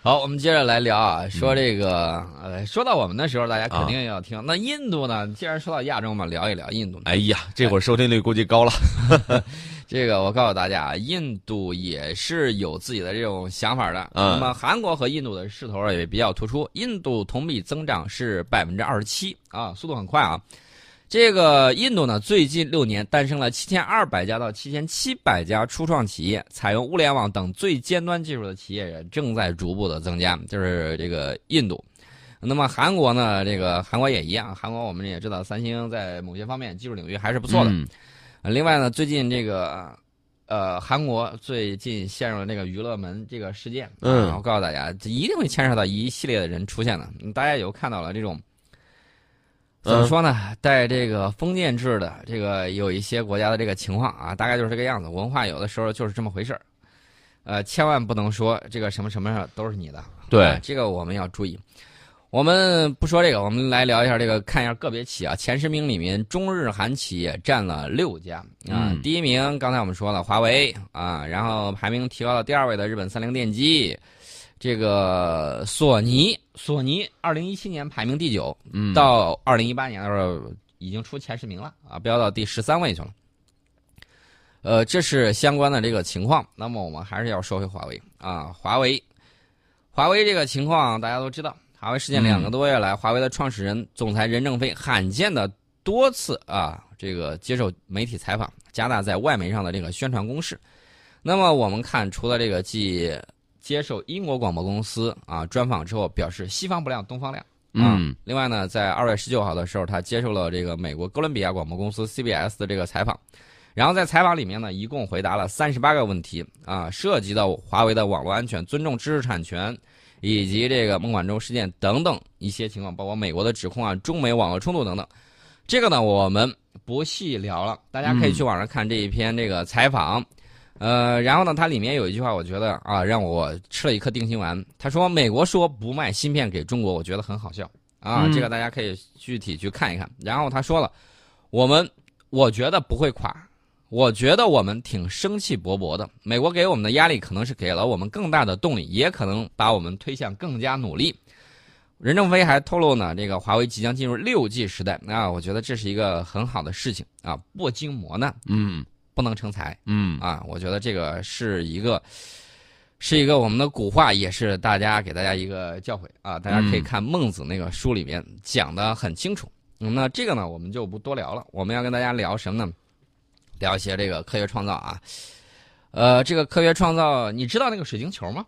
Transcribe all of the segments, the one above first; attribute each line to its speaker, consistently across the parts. Speaker 1: 好，我们接着来聊啊，说这个，呃，说到我们的时候，大家肯定要听。那印度呢？既然说到亚洲嘛，聊一聊印度。
Speaker 2: 哎呀，这会儿收听率估计高了。
Speaker 1: 这个我告诉大家啊，印度也是有自己的这种想法的。那
Speaker 2: 嗯
Speaker 1: 么韩国和印度的势头也比较突出，印度同比增长是百分之二十七啊，速度很快啊。这个印度呢，最近六年诞生了七千二百家到七千七百家初创企业，采用物联网等最尖端技术的企业也正在逐步的增加，就是这个印度。那么韩国呢，这个韩国也一样，韩国我们也知道，三星在某些方面技术领域还是不
Speaker 2: 不
Speaker 1: 错的。呃另外呢，最近这个呃，韩国最近陷入了那个娱乐门这个事件，
Speaker 2: 嗯
Speaker 1: 啊我告诉大家，这一定会牵涉到一系列的人出现的。嗯大家有看到了这种。怎么
Speaker 2: 嗯
Speaker 1: 说呢？带这个封建制的，这个有一些国家的这个情况啊，大概就是这个样子。文化有的时候就是这么回事儿，呃，千万不能说这个什么什么都是你的。
Speaker 2: 对
Speaker 1: 啊这个我们要注意。我们不说这个，我们来聊一下这个，看一下个别企业啊。前十名里面，中日韩企业占了六家啊。
Speaker 2: 嗯
Speaker 1: 第一名刚才我们说了华为啊，然后排名提高到第二位的日本三菱电机，这个索尼，索尼二零一七年排名第九，
Speaker 2: 嗯
Speaker 1: 到二零一八年的时候已经出前十名了啊，飙到第十三位去了。呃，这是相关的这个情况。那么我们还是要说回华为啊，华为，华为这个情况大家都知道，华为事件两个多月来，华为的创始人、总裁任正非罕见的多次啊，这个接受媒体采访，加大在外媒上的这个宣传攻势。那么我们看，除了这个继接受英国广播公司啊专访之后，表示西方不亮东方亮。啊
Speaker 2: 嗯，
Speaker 1: 另外呢，在二月十九号的时候，他接受了这个美国哥伦比亚广播公司 CBS 的这个采访，然后在采访里面呢，一共回答了三十八个问题啊，涉及到华为的网络安全、尊重知识产权，以及这个孟晚舟事件等等一些情况，包括美国的指控啊、中美网络冲突等等。这个呢，我们不细聊了，大家可以去网上看这一篇这个采访。呃，然后呢，它里面有一句话，我觉得啊，让我吃了一颗定心丸。他说，美国说不卖芯片给中国，我觉得很好笑啊。
Speaker 2: 嗯
Speaker 1: 这个大家可以具体去看一看。然后他说了，我们我觉得不会垮，我觉得我们挺生气勃勃的。美国给我们的压力可能是给了我们更大的动力，也可能把我们推向更加努力。任正非还透露呢，这个华为即将进入六 G 时代啊，我觉得这是一个很好的事情啊，不经磨难
Speaker 2: 嗯
Speaker 1: 不能成才。
Speaker 2: 嗯，
Speaker 1: 啊，我觉得这个是一个，是一个我们的古话，也是大家给大家一个教诲啊。大家可以
Speaker 2: 嗯
Speaker 1: 看孟子那个书里面讲的很清楚。嗯那这个呢，我们就不多聊了。我们要跟大家聊什么呢？聊一些这个科学创造啊。呃，这个科学创造，你知道那个水晶球吗？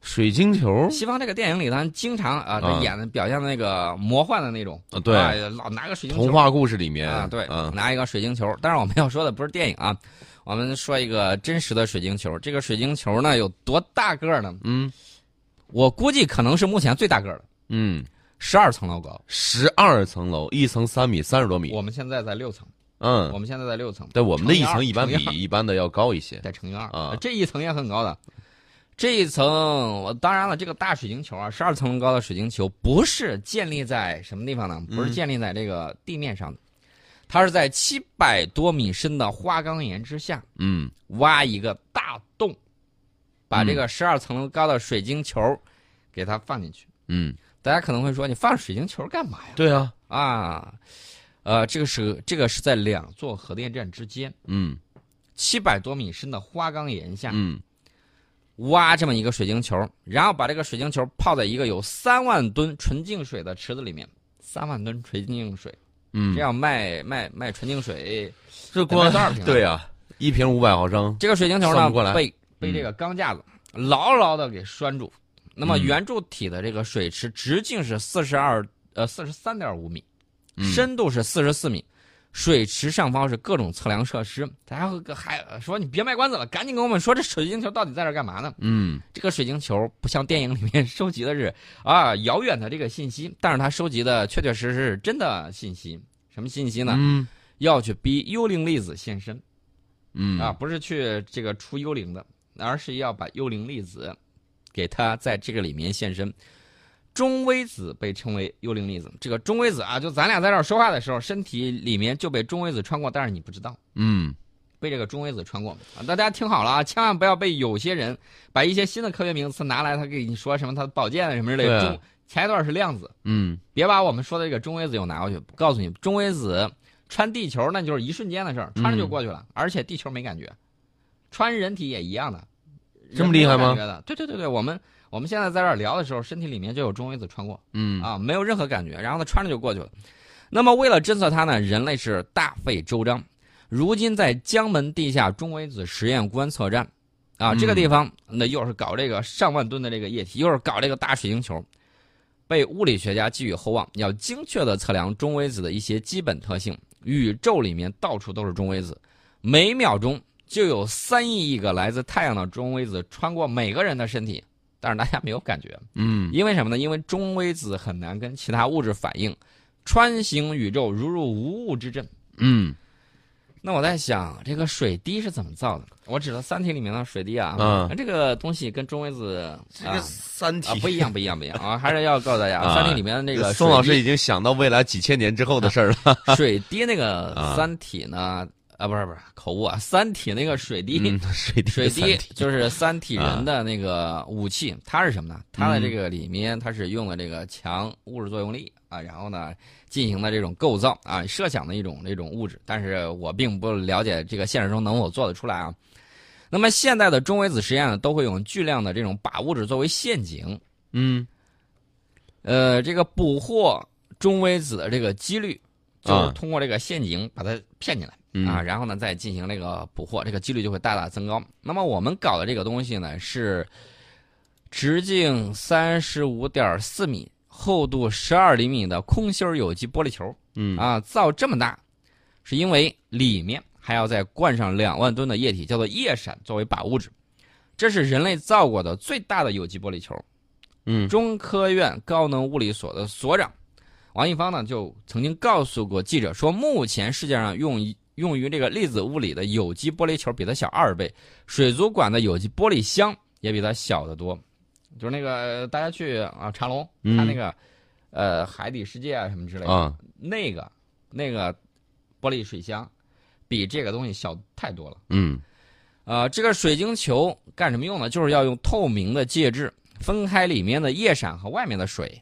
Speaker 2: 水晶球
Speaker 1: 西方这个电影里，咱经常啊，他
Speaker 2: 嗯啊
Speaker 1: 演的表现的那个魔幻的那种，
Speaker 2: 啊，
Speaker 1: 啊
Speaker 2: 对，，
Speaker 1: 老拿个水晶球
Speaker 2: 童话故事里面
Speaker 1: 啊，对，
Speaker 2: 嗯
Speaker 1: 拿一个水晶球。但是我们要说的不是电影啊， 我们说一个真实的水晶球。这个水晶球呢有多大个儿呢？
Speaker 2: 嗯
Speaker 1: 我估计可能是目前最大个儿的，
Speaker 2: 嗯，
Speaker 1: 十二层楼高。
Speaker 2: 十二层楼，一层三米，三十多米，
Speaker 1: 我们现在在六层，
Speaker 2: 嗯
Speaker 1: 我，们现在在六层，
Speaker 2: 但我们的一
Speaker 1: 乘
Speaker 2: 层
Speaker 1: 以
Speaker 2: 一
Speaker 1: 二
Speaker 2: 般比
Speaker 1: 乘
Speaker 2: 一般的要高一些，
Speaker 1: 在乘以二
Speaker 2: 啊
Speaker 1: 这一层也很高的。这一层，我当然了，这个大水晶球啊，十二层楼高的水晶球不是建立在什么地方呢？不是
Speaker 2: 嗯
Speaker 1: 建立在这个地面上的，它是在七百多米深的花岗岩之下，
Speaker 2: 嗯
Speaker 1: 挖一个大洞，把这个十二层楼高的水晶球给它放进去。
Speaker 2: 嗯，
Speaker 1: 大家可能会说，你放水晶球干嘛呀？
Speaker 2: 对啊，
Speaker 1: 啊，呃，这个是这个是在两座核电站之间
Speaker 2: 嗯
Speaker 1: 七百多米深的花岗岩下
Speaker 2: 嗯
Speaker 1: 挖这么一个水晶球，然后把这个水晶球泡在一个有三万吨纯净水的池子里面。三万吨纯净水，
Speaker 2: 嗯，
Speaker 1: 这样卖卖卖纯净水，
Speaker 2: 这
Speaker 1: 得卖
Speaker 2: 光
Speaker 1: 多少瓶啊？
Speaker 2: 对啊，一瓶五百毫升，
Speaker 1: 这个水晶球
Speaker 2: 算
Speaker 1: 呢
Speaker 2: 不过来嗯
Speaker 1: 被被这个钢架子牢牢的给拴住。那么
Speaker 2: 嗯
Speaker 1: 圆柱体的这个水池直径是四十二呃四十三点五米，
Speaker 2: 嗯
Speaker 1: 深度是四十四米。水池上方是各种测量设施，大家会还说你别卖关子了，赶紧跟我们说这水晶球到底在这儿干嘛呢？
Speaker 2: 嗯
Speaker 1: 这个水晶球不像电影里面 收集的是啊遥远的这个信息，但是它收集的确确实实是真的信息。什么信息呢？
Speaker 2: 嗯
Speaker 1: 要去逼幽灵粒子现身。
Speaker 2: 嗯
Speaker 1: 啊，，不是去这个出幽灵的，而是要把幽灵粒子给它在这个里面现身。中微子被称为幽灵粒子，这个中微子啊，就咱俩在这儿说话的时候，身体里面就被中微子穿过，但是你不知道。
Speaker 2: 嗯
Speaker 1: 被这个中微子穿过啊。大家听好了啊，千万不要被有些人把一些新的科学名词拿来，他给你说什么他宝剑什么之类的。
Speaker 2: 对啊
Speaker 1: 中前一段是量子，
Speaker 2: 嗯，
Speaker 1: 别把我们说的这个中微子又拿过去。告诉你，中微子穿地球那就是一瞬间的事儿，穿
Speaker 2: 嗯
Speaker 1: 着就过去了，而且地球没感觉，穿人体也一样的。
Speaker 2: 这么厉害
Speaker 1: 人
Speaker 2: 吗
Speaker 1: 没有感觉的？对对对对，我们我们现在在这儿聊的时候，身体里面就有中微子穿过。
Speaker 2: 嗯，
Speaker 1: 啊，没有任何感觉，然后他穿着就过去了。那么为了侦测它呢，人类是大费周章。如今在江门地下中微子实验观测站，啊，这个地方那又是搞这个上万吨的这个液体，又是搞这个大水晶球，被物理学家寄予厚望，要精确的测量中微子的一些基本特性。宇宙里面到处都是中微子，每秒钟就有三亿亿个来自太阳的中微子穿过每个人的身体，但是大家没有感觉。
Speaker 2: 嗯，
Speaker 1: 因为什么呢？因为中微子很难跟其他物质反应，穿行宇宙如入无物之阵。
Speaker 2: 嗯，
Speaker 1: 那我在想，这个水滴是怎么造的？我指的《三体》里面的水滴啊，
Speaker 2: 嗯
Speaker 1: 这个东西跟中微子啊
Speaker 2: 三
Speaker 1: 啊 不一样，不一样，不一样啊！还是要告诉大家，
Speaker 2: 啊
Speaker 1: 三体》里面的那个
Speaker 2: 宋老师
Speaker 1: 水
Speaker 2: 已经想到未来几千年之后的事儿了。
Speaker 1: 滴，水滴那个《
Speaker 2: 啊
Speaker 1: 三体》呢，啊，不是不是口误啊，《三体》那个水滴，
Speaker 2: 嗯， 水滴，
Speaker 1: 水滴
Speaker 2: 三体啊
Speaker 1: 就是三体人的那个武器，它是什么呢？它
Speaker 2: 嗯
Speaker 1: 的这个里面，它是用了这个强物质作用力啊，然后呢进行了这种构造啊，设想的一种这种物质，但是我并不了解这个现实中能否做得出来啊。那么现在的中微子实验呢，都会用巨量的这种把物质作为陷阱，
Speaker 2: 嗯，
Speaker 1: 呃，这个捕获中微子的这个几率，就是通过这个陷阱把它骗进来。
Speaker 2: 啊嗯
Speaker 1: 啊，，然后呢再进行这个捕获，这个几率就会大大增高。那么我们搞的这个东西呢是直径三十五点四米、厚度十二厘米的空心儿有机玻璃球
Speaker 2: 嗯，
Speaker 1: 啊，造这么大，是因为里面还要再灌上两万吨的液体，叫做液闪，作为靶物质。这是人类造过的最大的有机玻璃球。
Speaker 2: 嗯，
Speaker 1: 中科院高能物理所的所长王一芳呢，就曾经告诉过记者说，目前世界上用于用于这个粒子物理的有机玻璃球比它小二倍，水族馆的有机玻璃箱也比它小得多。就是那个大家去啊长隆
Speaker 2: 嗯
Speaker 1: 看那个、呃海底世界啊什么之类的，
Speaker 2: 啊，
Speaker 1: 那个那个玻璃水箱比这个东西小太多了。
Speaker 2: 嗯，
Speaker 1: 呃，这个水晶球干什么用呢？就是要用透明的介质分开里面的叶闪和外面的水，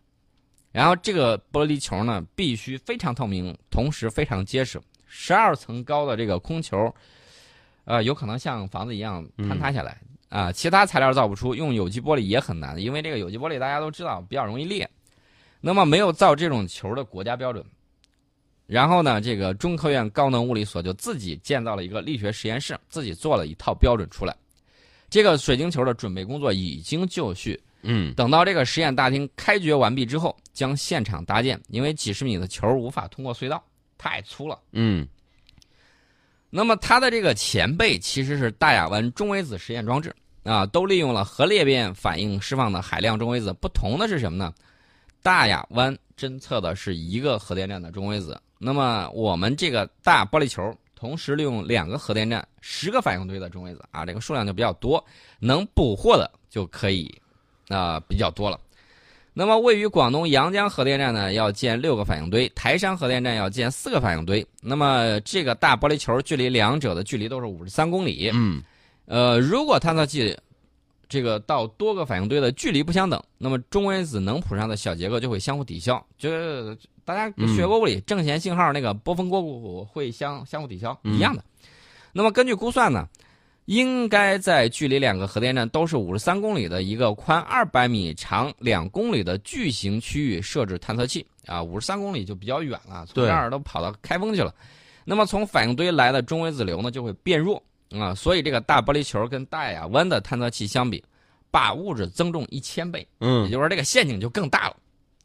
Speaker 1: 然后这个玻璃球呢必须非常透明，同时非常结实。十二层高的这个空球，呃，有可能像房子一样坍塌下来啊、其他材料造不出，用有机玻璃也很难，因为这个有机玻璃大家都知道比较容易裂。那么没有造这种球的国家标准。然后呢，这个中科院高能物理所就自己建造了一个力学实验室，自己做了一套标准出来。这个水晶球的准备工作已经就绪，
Speaker 2: 嗯，
Speaker 1: 等到这个实验大厅开掘完毕之后，将现场搭建，因为几十米的球无法通过隧道，太粗了。
Speaker 2: 嗯，
Speaker 1: 那么它的这个前辈其实是大亚湾中微子实验装置啊，都利用了核裂变反应释放的海量中微子。不同的是什么呢？大亚湾侦测的是一个核电站的中微子，那么我们这个大玻璃球同时利用两个核电站、十个反应堆的中微子啊，这个数量就比较多，能捕获的就可以啊、比较多了。那么，位于广东阳江核电站呢，要建六个反应堆；台山核电站要建四个反应堆。那么，这个大玻璃球距离两者的距离都是五十三公里。
Speaker 2: 嗯，
Speaker 1: 呃，如果探测器这个到多个反应堆的距离不相等，那么中微子能谱上的小结构就会相互抵消。就是大家学过物理，正弦信号那个波峰波谷会相相互抵消一样的。那么根据估算呢，应该在距离两个核电站都是五十三公里的一个宽二百米、长两公里的巨型区域设置探测器啊，五十三公里就比较远了，从
Speaker 2: 对
Speaker 1: 这儿都跑到开封去了。那么从反应堆来的中微子流呢就会变弱啊，所以这个大玻璃球跟大亚湾的探测器相比，把物质增重一千倍，也
Speaker 2: 嗯，
Speaker 1: 就是说这个陷阱就更大了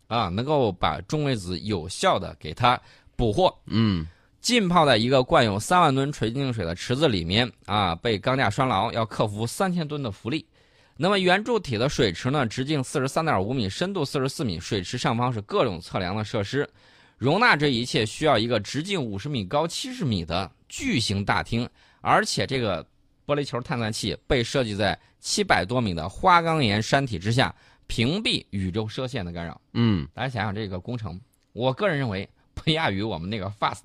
Speaker 1: 啊，能够把中微子有效的给它捕获。
Speaker 2: 嗯，
Speaker 1: 浸泡在一个灌有三万吨纯净水的池子里面啊，被钢架拴牢，要克服三千吨的浮力。那么圆柱体的水池呢，直径四十三点五米，深度四十四米，水池上方是各种测量的设施，容纳这一切需要一个直径五十米、高七十米的巨型大厅，而且这个玻璃球探测器被设计在七百多米的花岗岩山体之下，屏蔽宇宙射线的干扰。
Speaker 2: 嗯，
Speaker 1: 大家想想这个工程，我个人认为不亚于我们那个 FAST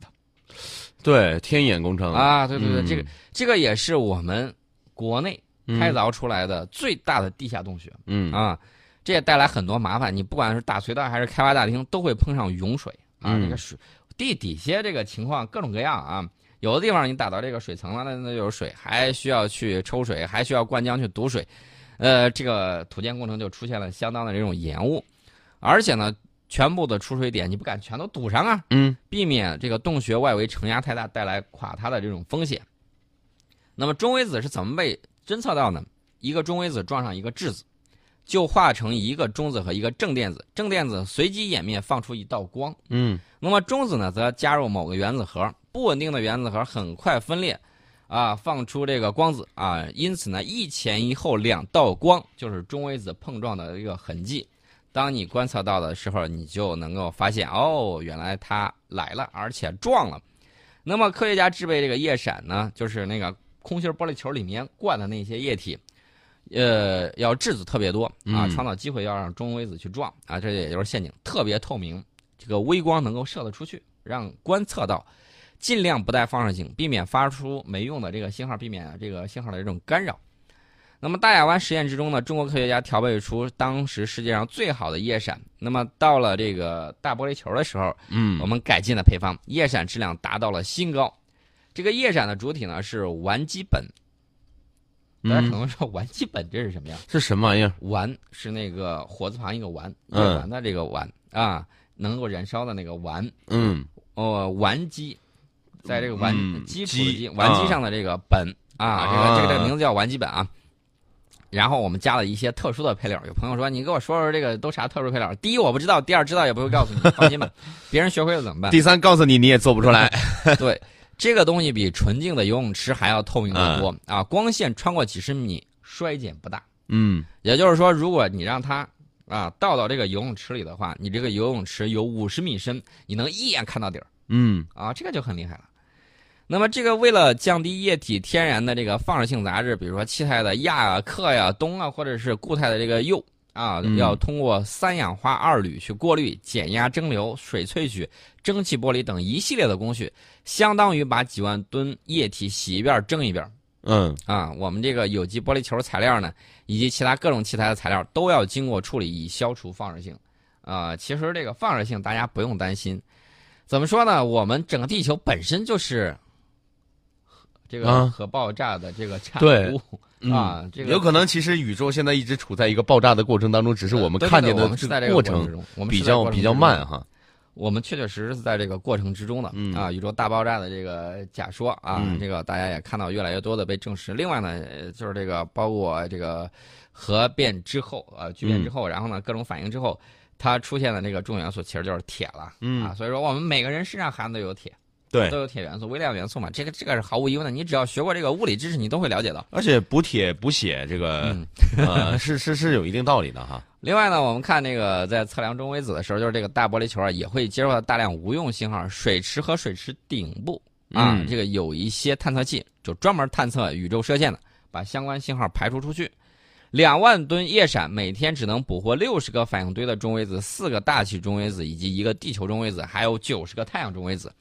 Speaker 2: 对，天眼工程，
Speaker 1: 啊，对对对，
Speaker 2: 嗯
Speaker 1: 这个这个也是我们国内开凿出来的最大的地下洞穴
Speaker 2: 嗯，
Speaker 1: 啊，这也带来很多麻烦。你不管是打隧道还是开挖大厅，都会碰上涌水啊，
Speaker 2: 嗯
Speaker 1: 这个水地底下这个情况各种各样啊。有的地方你打到这个水层了，那那就有水，还需要去抽水，还需要灌浆去堵水，呃，这个土建工程就出现了相当的这种延误，而且呢，全部的出水点你不敢全都堵上啊，
Speaker 2: 嗯
Speaker 1: 避免这个洞穴外围承压太大带来垮塌的这种风险。那么中微子是怎么被侦测到呢？一个中微子撞上一个质子，就化成一个中子和一个正电子，正电子随机演变放出一道光。
Speaker 2: 嗯
Speaker 1: 那么中子呢，则加入某个原子核，不稳定的原子核很快分裂，啊，放出这个光子啊，因此呢，一前一后两道光就是中微子碰撞的一个痕迹。当你观测到的时候，你就能够发现哦，原来它来了，而且撞了。那么科学家制备这个夜闪呢，就是那个空心玻璃球里面灌的那些液体，呃，要质子特别多啊，
Speaker 2: 嗯
Speaker 1: 创造机会要让中微子去撞啊，这也就是陷阱，特别透明，这个微光能够射得出去，让观测到，尽量不带放射性，避免发出没用的这个信号，避免啊这个信号的这种干扰。那么大亚湾实验之中呢，中国科学家调配出当时世界上最好的夜闪。那么到了这个大玻璃球的时候，
Speaker 2: 嗯
Speaker 1: 我们改进了配方，叶闪质量达到了新高。这个叶闪的主体呢是烷基苯，大家可
Speaker 2: 嗯，
Speaker 1: 能说烷基苯这是什么呀？
Speaker 2: 是什么玩意儿？
Speaker 1: 烷是那个火字旁一个烷，夜
Speaker 2: 嗯
Speaker 1: 晚的这个烷啊，能够燃烧的那个烷。
Speaker 2: 嗯
Speaker 1: 哦，烷基，在这个烷
Speaker 2: 嗯
Speaker 1: 基础的基
Speaker 2: 基
Speaker 1: 烷基上的这个苯啊，这个
Speaker 2: 啊
Speaker 1: 这个这个名字叫烷基苯啊。然后我们加了一些特殊的配料，有朋友说你给我说说这个都啥特殊配料？第一我不知道，第二知道也不会告诉你，放 心吧。别人学会了怎么办？
Speaker 2: 第三，告诉你你也做不出来。
Speaker 1: 对，这个东西比纯净的游泳池还要透明的多、啊！光线穿过几十米，衰减不大。
Speaker 2: 嗯
Speaker 1: 也就是说，如果你让它啊倒到这个游泳池里的话，你这个游泳池有五十米深，你能一眼看到底儿
Speaker 2: 嗯
Speaker 1: 啊，这个就很厉害了。那么，这个为了降低液体天然的这个放射性杂质，比如说气态的氩啊、氪呀、氡啊，或者是固态的这个铀啊，
Speaker 2: 嗯
Speaker 1: 要通过三氧化二铝去过滤、减压、蒸馏、水萃取、蒸汽剥离等一系列的工序，相当于把几万吨液体洗一遍儿蒸一遍儿
Speaker 2: 嗯
Speaker 1: 啊。我们这个有机玻璃球材料呢，以及其他各种气态的材料都要经过处理，以消除放射性。啊、其实这个放射性大家不用担心。怎么说呢？我们整个地球本身就是核这个
Speaker 2: 啊
Speaker 1: 核爆炸的这个产
Speaker 2: 对嗯
Speaker 1: 物、啊，这个
Speaker 2: 有可能其实宇宙现在一直处在一个爆炸的过程当中，只是我们
Speaker 1: 对对
Speaker 2: 看
Speaker 1: 对
Speaker 2: 见的
Speaker 1: 我们是在这个
Speaker 2: 过
Speaker 1: 程之
Speaker 2: 程
Speaker 1: 中，我们是
Speaker 2: 比
Speaker 1: 在
Speaker 2: 较
Speaker 1: 过程
Speaker 2: 比较
Speaker 1: 之中
Speaker 2: 慢哈。
Speaker 1: 我们确确实实是在这个过程之中的、
Speaker 2: 嗯
Speaker 1: 啊，宇宙大爆炸的这个假说啊，
Speaker 2: 嗯
Speaker 1: 这个大家也看到越来越多的被证实。另外呢，呃就是这个包括这个核变之后，呃，聚
Speaker 2: 嗯
Speaker 1: 变之后，然后呢各种反应之后，它出现的这个重元素其实就是铁了、啊，
Speaker 2: 嗯，
Speaker 1: 所以说我们每个人身上含的都有铁，
Speaker 2: 对
Speaker 1: 都有铁元素、微量元素嘛，这个这个是毫无疑问的。你只要学过这个物理知识，你都会了解到。
Speaker 2: 而且补铁补血这个
Speaker 1: 嗯，
Speaker 2: 呃是是是有一定道理的哈。
Speaker 1: 另外呢，我们看那个在测量中微子的时候，就是这个大玻璃球啊，也会接受到大量无用信号。水池和水池顶部啊，
Speaker 2: 嗯
Speaker 1: 这个有一些探测器，就专门探测宇宙射线的，把相关信号排除出去。两万吨夜闪每天只能捕获六十个反应堆的中微子、四个大气中微子以及一个地球中微子，还有九十个太阳中微子。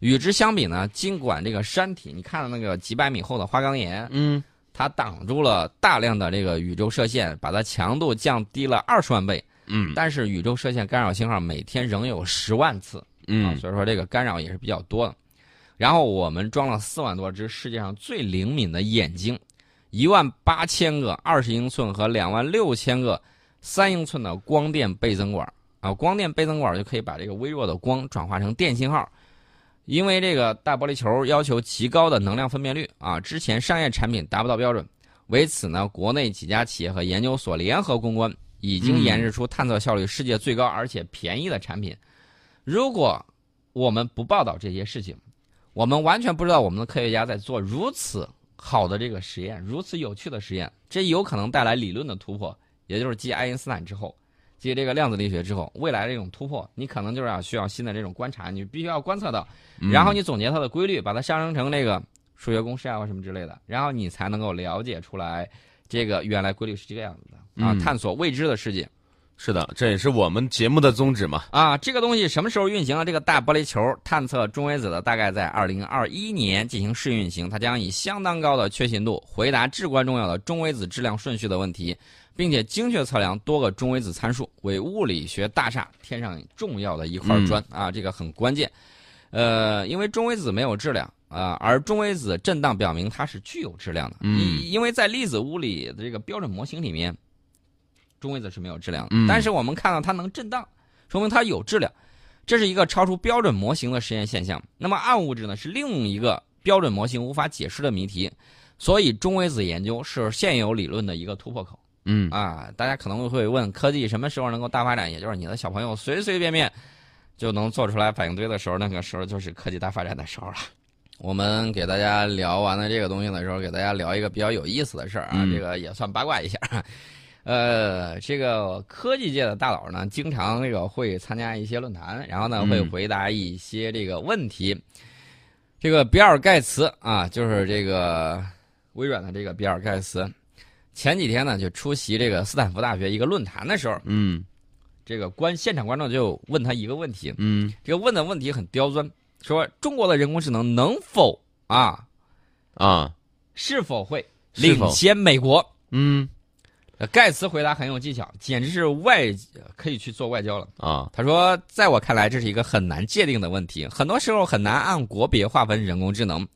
Speaker 1: 与之相比呢，尽管这个山体，你看到那个几百米厚的花岗岩，
Speaker 2: 嗯
Speaker 1: 它挡住了大量的这个宇宙射线，把它强度降低了二十万倍。
Speaker 2: 嗯
Speaker 1: 但是宇宙射线干扰信号每天仍有十万次啊，
Speaker 2: 嗯
Speaker 1: 所以说这个干扰也是比较多的。然后我们装了四万多只世界上最灵敏的眼睛，一万八千个二十英寸和两万六千个三英寸的光电倍增管啊，光电倍增管就可以把这个微弱的光转化成电信号。因为这个大玻璃球要求极高的能量分辨率啊，之前商业产品达不到标准，为此呢，国内几家企业和研究所联合攻关，已经
Speaker 2: 嗯
Speaker 1: 研制出探测效率世界最高而且便宜的产品。如果我们不报道这些事情，我们完全不知道我们的科学家在做如此好的这个实验，如此有趣的实验，这有可能带来理论的突破，也就是继爱因斯坦之后，继这个量子力学之后，未来这种突破，你可能就是要需要新的这种观察，你必须要观测到，然后你总结它的规律，把它上升成这个数学公式啊或什么之类的，然后你才能够了解出来这个原来规律是这个样子的啊，
Speaker 2: 嗯
Speaker 1: 探索未知的世界。
Speaker 2: 是的，这也是我们节目的宗旨嘛。
Speaker 1: 啊，这个东西什么时候运行啊？这个大玻璃球探测中微子的大概在二零二一年进行试运行，它将以相当高的确信度回答至关重要的中微子质量顺序的问题，并且精确测量多个中微子参数，为物理学大厦添上重要的一块砖、啊，这个很关键。呃，因为中微子没有质量啊、而中微子振荡表明它是具有质量啊的。
Speaker 2: 嗯
Speaker 1: 呃因因为在粒子物理的这个标准模型里面，中微子是没有质量的，
Speaker 2: 嗯
Speaker 1: 但是我们看到它能振荡，说明它有质量。这是一个超出标准模型的实验现象。那么暗物质呢，是另一个标准模型无法解释的谜题。所以中微子研究是现有理论的一个突破口。
Speaker 2: 嗯，
Speaker 1: 啊，大家可能会问，科技什么时候能够大发展？也就是你的小朋友随随便便就能做出来反应堆的时候，那个时候就是科技大发展的时候了。我们给大家聊完了这个东西的时候，给大家聊一个比较有意思的事儿啊，
Speaker 2: 嗯
Speaker 1: 这个也算八卦一下。呃，这个科技界的大佬呢，经常这个会参加一些论坛，然后呢会
Speaker 2: 嗯
Speaker 1: 回答一些这个问题。这个比尔盖茨啊，就是这个微软的这个比尔盖茨，前几天呢就出席这个斯坦福大学一个论坛的时候，
Speaker 2: 嗯，
Speaker 1: 这个观现场观众就问他一个问题，
Speaker 2: 嗯，
Speaker 1: 这个问的问题很刁钻，说中国的人工智能能否啊
Speaker 2: 啊，
Speaker 1: 是否会
Speaker 2: 是
Speaker 1: 领
Speaker 2: 否
Speaker 1: 先美国？
Speaker 2: 嗯，
Speaker 1: 呃盖茨回答很有技巧，简直是外呃可以去做外交了。
Speaker 2: 啊，
Speaker 1: 他说，在我看来，这是一个很难界定的问题，很多时候很难按国别划分人工智能。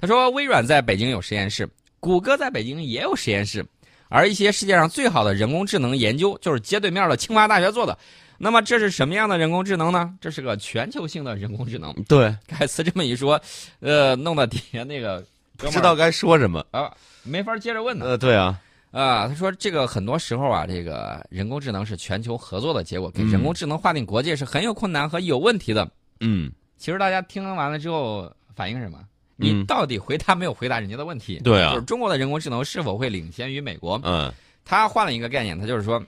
Speaker 1: 他说，微软在北京有实验室，谷歌在北京也有实验室，而一些世界上最好的人工智能研究就是街对面的清华大学做的。那么这是什么样的人工智能呢？这是个全球性的人工智能。
Speaker 2: 对，
Speaker 1: 盖茨这么一说，呃，弄得底下那个哥
Speaker 2: 不
Speaker 1: 们儿
Speaker 2: 知道该说什么。
Speaker 1: 啊，没法接着问呢。
Speaker 2: 呃，对啊，
Speaker 1: 啊、他说这个很多时候啊，这个人工智能是全球合作的结果，给
Speaker 2: 嗯
Speaker 1: 人工智能划定国界是很有困难和有问题的。
Speaker 2: 嗯，
Speaker 1: 其实大家听完了之后反应是什么？你
Speaker 2: 嗯
Speaker 1: 到底回答没有回答人家的问题？
Speaker 2: 对啊
Speaker 1: 就是，中国的人工智能是否会领先于美国？
Speaker 2: 嗯，
Speaker 1: 他换了一个概念，他就是说，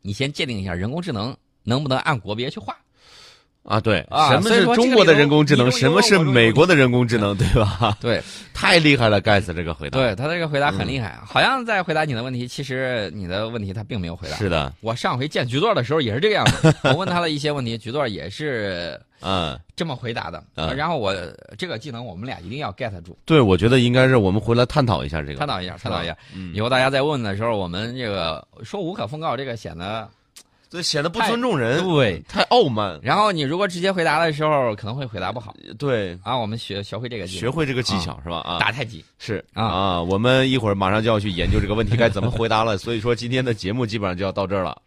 Speaker 1: 你先界定一下人工智能能不能按国别去划。
Speaker 2: 啊，对，
Speaker 1: 啊
Speaker 2: 什么
Speaker 1: 所以
Speaker 2: 是
Speaker 1: 说这个
Speaker 2: 中国的
Speaker 1: 理论
Speaker 2: 人工智
Speaker 1: 你
Speaker 2: 能？
Speaker 1: 中
Speaker 2: 什
Speaker 1: 国
Speaker 2: 么是
Speaker 1: 我中
Speaker 2: 美
Speaker 1: 国
Speaker 2: 国的人工智能？对吧？
Speaker 1: 对，
Speaker 2: 太厉害了，盖茨这个回答。，
Speaker 1: 对他这个回答
Speaker 2: 嗯
Speaker 1: 很厉害，啊好像在回答你的问题，其实你的问题他并没有回答。
Speaker 2: 是的，
Speaker 1: 我上回见局座的时候也是这个样子，我问他了一些问题，局座也是
Speaker 2: 嗯，
Speaker 1: 这么回答的。
Speaker 2: 嗯
Speaker 1: 然后我这个技能我们俩一定要 get 住，
Speaker 2: 对，我觉得应该是我们回来探讨一下这个。
Speaker 1: 探讨一下，
Speaker 2: 是吧
Speaker 1: 探讨一下。
Speaker 2: 嗯
Speaker 1: 以后大家再问的时候，我们这个说无可奉告，这个显得
Speaker 2: 这显得不
Speaker 1: 太
Speaker 2: 尊重人，
Speaker 1: 对。
Speaker 2: 太傲慢。
Speaker 1: 然后你如果直接回答的时候，可能会回答不好
Speaker 2: 对，
Speaker 1: 啊。我们学学会这个技
Speaker 2: 学
Speaker 1: 能，
Speaker 2: 会这个技巧是吧？啊，
Speaker 1: 打太极。
Speaker 2: 是
Speaker 1: 啊
Speaker 2: 啊，我们一会儿马上就要去研究这个问题该怎么回答了，所以说今天的节目基本上就要到这儿了。